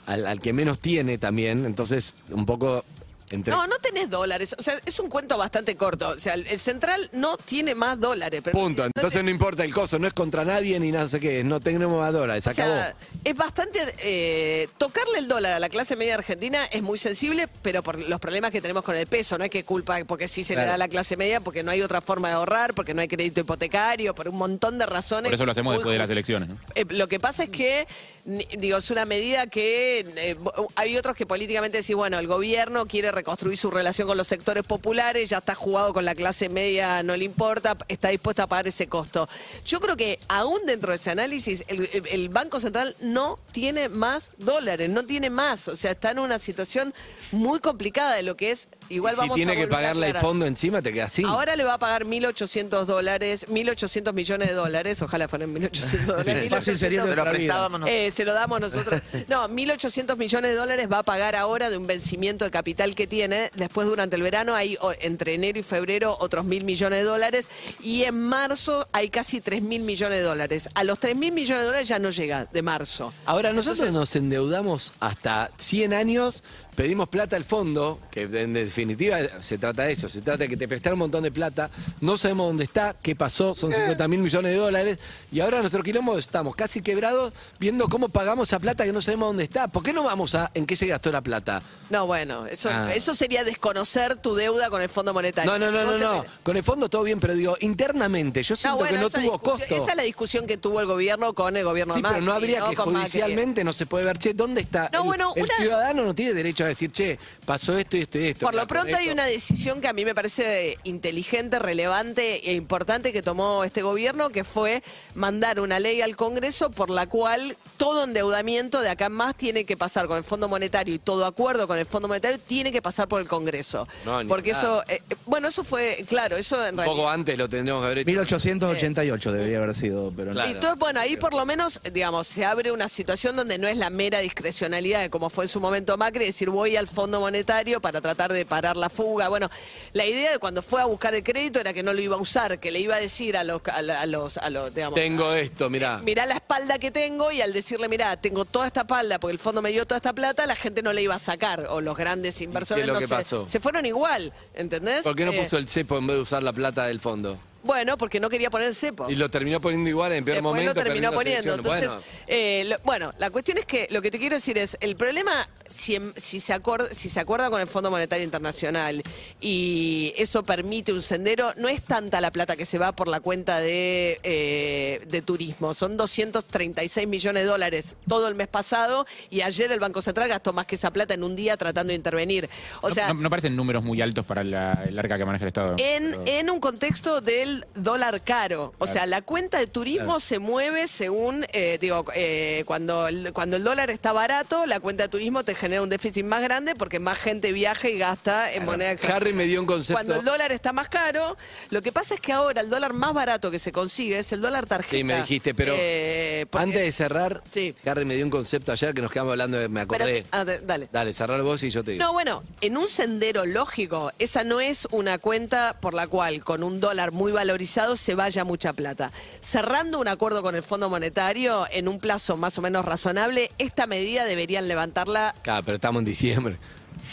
D: al, al que menos tiene también, entonces un poco entre...
C: No, no tenés dólares. O sea, es un cuento bastante corto. O sea, el, el central no tiene más dólares. pero-
D: Punto.
C: no te-
D: Entonces no importa el coso, no es contra nadie ni nada, sé qué, es no tenemos más dólares, se
C: O sea,
D: acabó.
C: es bastante. eh, tocarle el dólar a la clase media argentina es muy sensible, pero por los problemas que tenemos con el peso, no hay que culpa porque sí se le
G: Claro.
C: da a la clase media, porque no hay otra forma de ahorrar, porque no hay crédito hipotecario, por un montón de razones.
E: Por eso lo hacemos
C: Muy
E: después de las
C: ju-
E: elecciones. ¿no?
C: eh, lo que pasa es que, ni- digo, es una medida que eh, bo- hay otros que políticamente decís, bueno, el gobierno quiere reconstruir su relación con los sectores populares, ya está jugado con la clase media, no le importa, está dispuesta a pagar ese costo. Yo creo que aún dentro de ese análisis, el, el- el Banco Central no tiene más dólares, no tiene más, o sea, está en una situación muy complicada de lo que es, igual
D: Y si
C: vamos a
D: tiene que
C: volver a
D: pagarle el
C: aclarar.
D: fondo encima, te quedas sin.
C: Ahora le va a pagar 1.800 dólares, 1.800 millones de dólares, ojalá fueran 1.800 dólares.
G: Fácil sería
F: Pero
G: nuestra vida.
F: prestábamos
C: Eh, se lo damos nosotros. No, 1.800 millones de dólares va a pagar ahora de un vencimiento de capital que tiene. Después, durante el verano, hay o- entre enero y febrero otros 1.000 millones de dólares. Y en marzo hay casi 3.000 millones de dólares. A los 3.000 millones de dólares ya no llega de marzo.
D: Ahora, nosotros nos endeudamos hasta 100 años, pedimos plata al fondo, que en definitiva se trata de eso, se trata de que te prestaron un montón de plata, no sabemos dónde está, qué pasó, son
C: Eh.
D: 50 mil millones de dólares, y ahora nuestro quilombo estamos casi quebrados viendo cómo pagamos esa plata que no sabemos dónde está. ¿Por qué no vamos a en qué se gastó la plata?
C: No, bueno, eso,
G: Ah.
C: eso sería desconocer tu deuda con el Fondo Monetario.
D: No, no, no,
C: Vos
D: no, no.
C: tenés-
D: Con el fondo todo bien, pero digo, internamente, yo siento que no
C: esa
D: tuvo
C: discusión-
D: costo.
C: Esa es la discusión que tuvo el gobierno con el gobierno
D: Sí,
C: de Macri,
D: pero no habría que
C: Con Macri.
D: judicialmente no se puede ver, che, ¿dónde está?
C: No,
D: el
C: bueno,
D: el
C: una-
D: ciudadano no tiene derecho a decir, che, pasó esto y esto y esto.
C: Por lo
D: Mira, con
C: pronto hay
D: esto.
C: una decisión que a mí me parece inteligente, relevante e importante que tomó este gobierno, que fue mandar una ley al Congreso por la cual todo endeudamiento de acá en más tiene que pasar con el Fondo Monetario y todo acuerdo con el Fondo Monetario tiene que pasar por el Congreso.
D: No, ni
C: porque
D: hablar.
C: eso, eh, eh, bueno, eso fue, claro, eso en
D: Un
C: realidad.
D: poco antes lo tendríamos que haber hecho.
G: 1888 debería haber sido, pero no.
D: Claro.
C: Y todo- bueno, ahí por lo menos, digamos, se abre una situación donde no es la mera discrecionalidad de como fue en su momento Macri, decir voy al Fondo Monetario para tratar de parar la fuga. Bueno, la idea de cuando fue a buscar el crédito era que no lo iba a usar, que le iba a decir a los, a la- a los, a los, digamos,
D: Tengo esto, mirá.
C: mirá la espalda que tengo y al decirle, mirá, tengo toda esta espalda porque el fondo me dio toda esta plata, la gente no le iba a sacar o los grandes inversores
D: lo
C: no
D: que
C: se-
D: pasó?
C: se fueron igual, ¿entendés?
D: ¿Por qué no
C: Eh,
D: puso el cepo en vez de usar la plata del fondo?
C: Bueno, porque no quería poner el cepo.
D: Y lo terminó poniendo igual en el peor
C: Después
D: momento.
C: lo terminó
D: perdiendo las
C: poniendo. Entonces,
D: elecciones.
C: eh, lo-
D: Bueno,
C: bueno. la cuestión es que lo que te quiero decir es, el problema, si, em- si se, acuerda, si se acuerda con el Fondo Monetario Internacional y eso permite un sendero, no es tanta la plata que se va por la cuenta de, eh, de turismo. Son 236 millones de dólares todo el mes pasado y ayer el Banco Central gastó más que esa plata en un día tratando de intervenir. O sea, Eh,
E: no, no parecen números muy altos para la, el arca que maneja
D: Ah,
E: el Estado.
C: en, en un contexto del dólar caro. O sea, la cuenta de turismo se mueve según, eh, digo, eh, cuando, el, cuando el dólar está barato, la cuenta de turismo te genera un déficit más grande porque más gente viaja y gasta en moneda extranjera.
D: Harry me dio un concepto.
C: Cuando el dólar está más caro, lo que pasa es que ahora el dólar más barato que se consigue es el dólar tarjeta.
D: Sí, me dijiste, pero
C: Eh, porque-
D: antes de cerrar,
C: Sí.
D: Harry me dio un concepto ayer que nos quedamos hablando, de, me
C: Pero-
D: acordé.
C: ah, de- dale.
D: Dale, cerrar vos y yo te digo.
C: No, bueno, en un sendero lógico, esa no es una cuenta por la cual con un dólar muy valorizado se vaya mucha plata. Cerrando un acuerdo con el Fondo Monetario en un plazo más o menos razonable, esta medida deberían levantarla.
D: Claro, pero estamos en diciembre.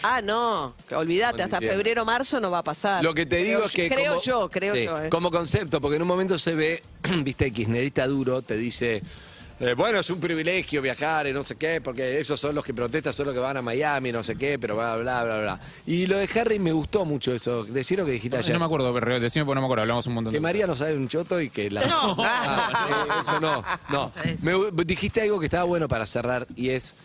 C: Ah, no, que olvídate, hasta
D: Diciembre.
C: febrero, marzo no va a pasar.
D: Lo que te
C: Creo
D: digo
C: yo-
D: es que.
C: Creo
D: como-
C: yo, creo
D: Sí,
C: yo. eh.
D: Como concepto, porque en un momento se ve, viste, el kirchnerista duro te dice. eh, bueno, es un privilegio viajar y no sé qué, porque esos son los que protestan, son los que van a Miami, no sé qué, pero bla, bla, bla, bla. Y lo de Harry me gustó mucho eso. Decir lo que dijiste
E: no,
D: ayer.
E: no me acuerdo, pero decime porque no me acuerdo, hablamos un montón.
D: Que
E: de
D: María no sabe un choto y que la.
H: No.
D: Ah, sí, eso no. No. Me gu- dijiste algo que estaba bueno para cerrar y es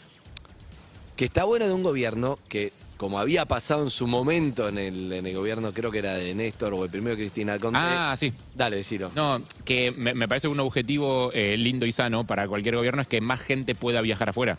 D: que está bueno de un gobierno que, como había pasado en su momento en el, en el gobierno, creo que era de Néstor o el primero de Cristina Conte.
E: Ah, sí.
D: Dale, decilo.
E: No, que me, me parece un objetivo eh, lindo y sano para cualquier gobierno es que más gente pueda viajar afuera.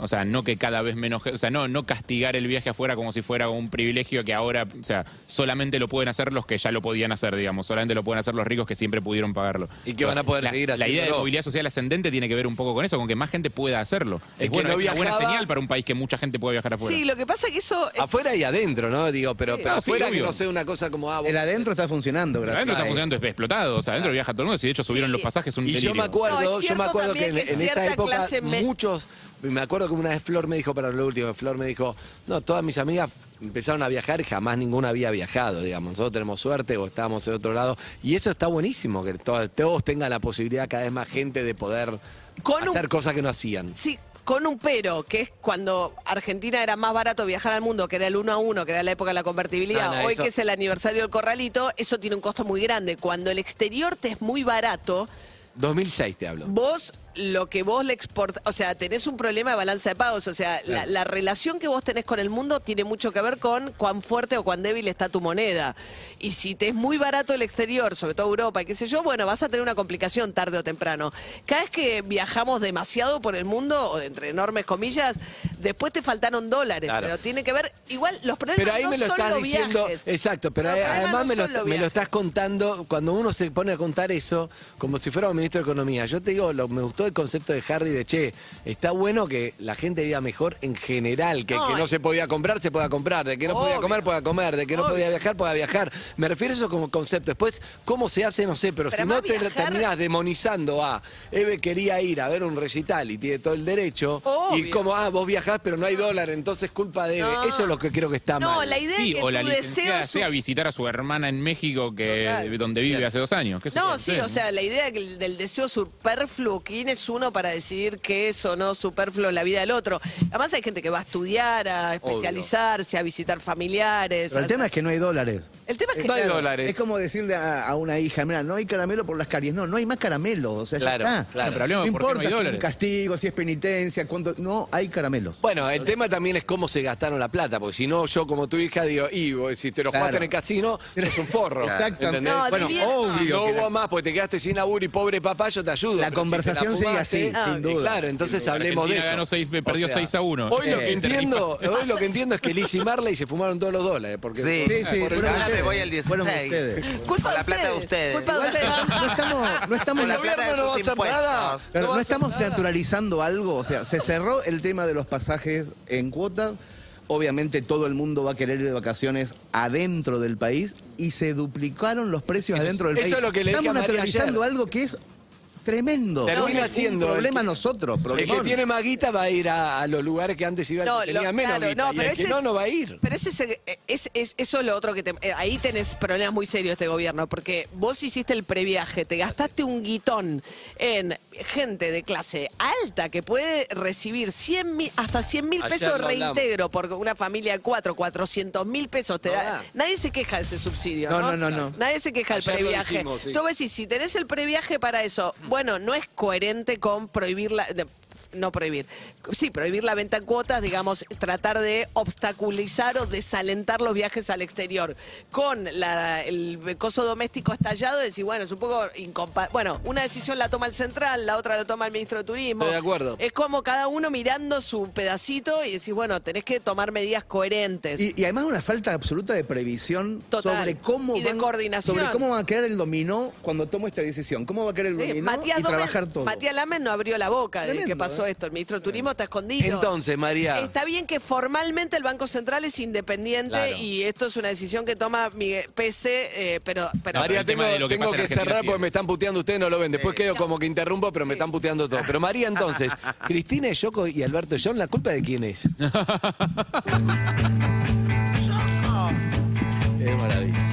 E: O sea, no que cada vez menos, ge- o sea, no, no castigar el viaje afuera como si fuera un privilegio que ahora, o sea, solamente lo pueden hacer los que ya lo podían hacer, digamos, solamente lo pueden hacer los ricos que siempre pudieron pagarlo.
D: Y que van a poder
E: la,
D: seguir
E: La idea de
D: haciéndolo.
E: movilidad social ascendente tiene que ver un poco con eso, con que más gente pueda hacerlo.
D: El
E: Es,
D: que
E: bueno,
D: no
E: es una buena
D: viajaba-
E: señal para un país que mucha gente pueda viajar afuera.
C: Sí, lo que pasa es que eso es-
D: Afuera y adentro, ¿no? Digo, pero, pero
E: No, sí,
D: afuera que
E: obvio.
D: no sea una cosa como. ah, vos-
G: El adentro está funcionando, gracias.
E: adentro está
G: a él.
E: funcionando, es explotado, o sea, adentro viaja todo el mundo, y de hecho subieron
C: Sí.
E: los pasajes un
D: Y yo me
E: delirio.
D: acuerdo,
C: No, es
D: yo me
C: cierto
D: acuerdo que
C: también
D: en,
C: que
D: en esa
C: cierta
D: época
C: clase me-
D: muchos, me acuerdo que una vez Flor me dijo para lo último, Flor me dijo, no, todas mis amigas empezaron a viajar y jamás ninguna había viajado, digamos, nosotros tenemos suerte o estábamos de otro lado y eso está buenísimo, que to- todos tengan la posibilidad cada vez más gente de poder
C: Con un-
D: hacer cosas que no hacían.
C: Sí, con un pero, que es cuando Argentina era más barato viajar al mundo, que era el uno a uno, que era la época de la convertibilidad,
D: No, no,
C: hoy
D: eso-
C: que es el aniversario del corralito, eso tiene un costo muy grande. Cuando el exterior te es muy barato,
D: 2006 te hablo.
C: vos lo que vos le exportás, o sea, tenés un problema de balanza de pagos, o sea, la, la relación que vos tenés con el mundo tiene mucho que ver con cuán fuerte o cuán débil está tu moneda. Y si te es muy barato el exterior, sobre todo Europa y qué sé yo, bueno, vas a tener una complicación tarde o temprano. Cada vez que viajamos demasiado por el mundo, o de entre enormes comillas, después te faltaron dólares,
D: Claro.
C: pero tiene que ver, igual los problemas
D: Pero ahí
C: no
D: me lo
C: son
D: estás
C: los
D: diciendo.
C: viajes.
D: Exacto, pero
C: Los
D: eh,
C: problemas
D: además
C: no
D: me, lo,
C: son los
D: me lo
C: viajes.
D: estás contando. Cuando uno se pone a contar eso, como si fuera un ministro de Economía, yo te digo, lo- me gustó el concepto de Harry de che, está bueno que la gente viva mejor en general, que el que
C: No,
D: no
C: y-
D: se podía comprar, se pueda comprar, de que no podía
C: Obvio.
D: comer, pueda comer, de que no
C: Obvio.
D: podía viajar, pueda viajar. Me refiero a eso como concepto. Después, ¿cómo se hace? No sé,
C: Pero
D: pero, si no
C: además
D: te
C: viajar-
D: terminás demonizando a Eve quería ir a ver un recital y tiene todo el derecho, y
C: Obvio.
D: como, ah, vos viajás, pero no hay dólar, entonces culpa de Eve.
C: No.
D: Eso es lo que creo que está
C: No,
D: mal.
C: la idea
E: Sí,
C: es que
E: o la
C: tu deseo
E: licenciada
C: es un-
E: sea visitar a su hermana en México, que
C: Total.
E: donde vive hace dos años. qué sé yo,
C: No, sí,
E: sé.
C: o sea, la idea que- del deseo superfluo, ¿quién es uno para decidir qué es o no superfluo en la vida del otro? Además hay gente que va a estudiar, a especializarse, a visitar familiares.
G: Pero el
C: a-
G: tema es que no hay dólares.
C: El tema es que...
D: No hay
G: Claro,
D: dólares.
G: Es como decirle a, a una hija, mira, no hay caramelo por las caries. No, no hay más caramelo. O sea, ya
D: Claro,
G: está.
D: claro.
E: El problema
G: No
E: es por qué no
G: importa
E: hay
G: si es
E: dólares.
G: un castigo, si es penitencia, cuánto. No hay caramelos.
D: Bueno, el tema también es cómo se gastaron la plata, porque si no, yo como tu hija digo, y vos, si te lo jugaste
G: Claro.
D: en el casino, es un forro.
G: Exactamente.
D: ¿entendés?
C: No,
G: bueno,
C: divierta.
G: obvio.
D: No
G: que la-
D: hubo más, porque te quedaste sin laburo y pobre papá, yo te ayudo.
G: La
D: pero si te
G: conversación sí,
D: mate.
G: así,
D: Ah,
G: sin duda.
D: Claro, entonces hablemos
E: Argentina
D: de eso.
E: ganó seis- perdió
D: O sea,
E: 6 a 1.
D: Hoy lo
E: Eh,
D: que entiendo, hoy lo que entiendo es que Lizzie y Marley se fumaron todos los dólares. Porque
F: Sí.
G: Sí, sí,
F: Por
G: fueron
F: ahora me
G: ustedes,
F: voy al 16.
G: fueron ustedes.
C: Culpa
F: Con la plata de ustedes.
C: Culpa de
G: Igual
C: ustedes.
G: No estamos, no estamos,
F: Con la
D: El gobierno
F: plata
D: no
F: de
D: va a
F: sus
D: hacer nada.
F: impuestos.
G: Claro,
D: No va
G: no,
D: a hacer
G: estamos
D: nada.
G: naturalizando algo, o sea, se cerró el tema de los pasajes en cuota. Obviamente todo el mundo va a querer ir de vacaciones adentro del país y se duplicaron los precios adentro del
D: eso
G: país.
D: es lo que le dije
G: estamos
D: a María
G: naturalizando
D: ayer.
G: algo que es tremendo.
D: Termina
G: Es un
D: siendo el
G: problema
D: que-
G: nosotros,
D: El que
G: problemón.
D: tiene más guita va a ir a, a los lugares que antes iba
C: No,
D: que tenía
C: lo-
D: menos
C: claro,
D: guita.
C: no,
D: y
C: pero
D: el que
C: ese
D: no,
C: es-
D: no va a ir.
C: Pero ese es el- eh, es- es- eso es lo otro que te- eh, ahí tenés problemas muy serios este gobierno, porque vos hiciste el previaje, te gastaste un guitón en gente de clase alta que puede recibir 100 mil- hasta 100 mil
D: Ayer
C: pesos de
D: lo hablamos.
C: reintegro por una familia de cuatro, 400 mil pesos. Te
D: No
C: da-
D: da.
C: Nadie se queja de ese subsidio.
G: No,
C: No,
G: no, no, no.
C: Nadie se queja del
D: Ayer lo
C: previaje.
D: dijimos, sí.
C: Tú ves, y si tenés el previaje para eso, bueno, no es coherente con prohibir la. de- no prohibir. Sí, prohibir la venta en cuotas, digamos, tratar de obstaculizar o desalentar los viajes al exterior. Con la- el coso doméstico estallado, decir, bueno, es un poco incompa- Bueno, una decisión la toma el central, la otra la toma el ministro de Turismo.
D: Estoy de acuerdo.
C: Es como cada uno mirando su pedacito y decís, bueno, tenés que tomar medidas coherentes.
G: Y, y además una falta absoluta de previsión
C: Total.
G: sobre cómo
C: Y de
G: van-
C: coordinación.
G: sobre cómo va a quedar el dominó cuando tomo esta decisión, cómo va a quedar el
C: Sí,
G: dominó
C: Matías,
G: y
C: Gómez-
G: trabajar todo.
C: Matías Lames no abrió la boca de
G: Tremendo,
C: que pasó
G: ¿eh?
C: esto. El ministro de Turismo está escondido.
D: Entonces, María.
C: Está bien que formalmente el Banco Central es independiente
D: Claro.
C: y esto es una decisión que toma Miguel Pese, eh, pero, pero
D: María,
E: el tema
D: tengo,
E: de lo que
D: tengo
E: pasa en
D: que
E: Argentina
D: cerrar
E: sí
D: porque
E: es.
D: me están puteando ustedes, no lo ven. Después quedo como que interrumpo, pero me están puteando todo. Pero María, entonces, Cristina, Yoko y Alberto John, ¿la culpa de quién es? Es maravilla.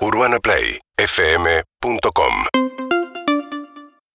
A: UrbanaPlayFM.com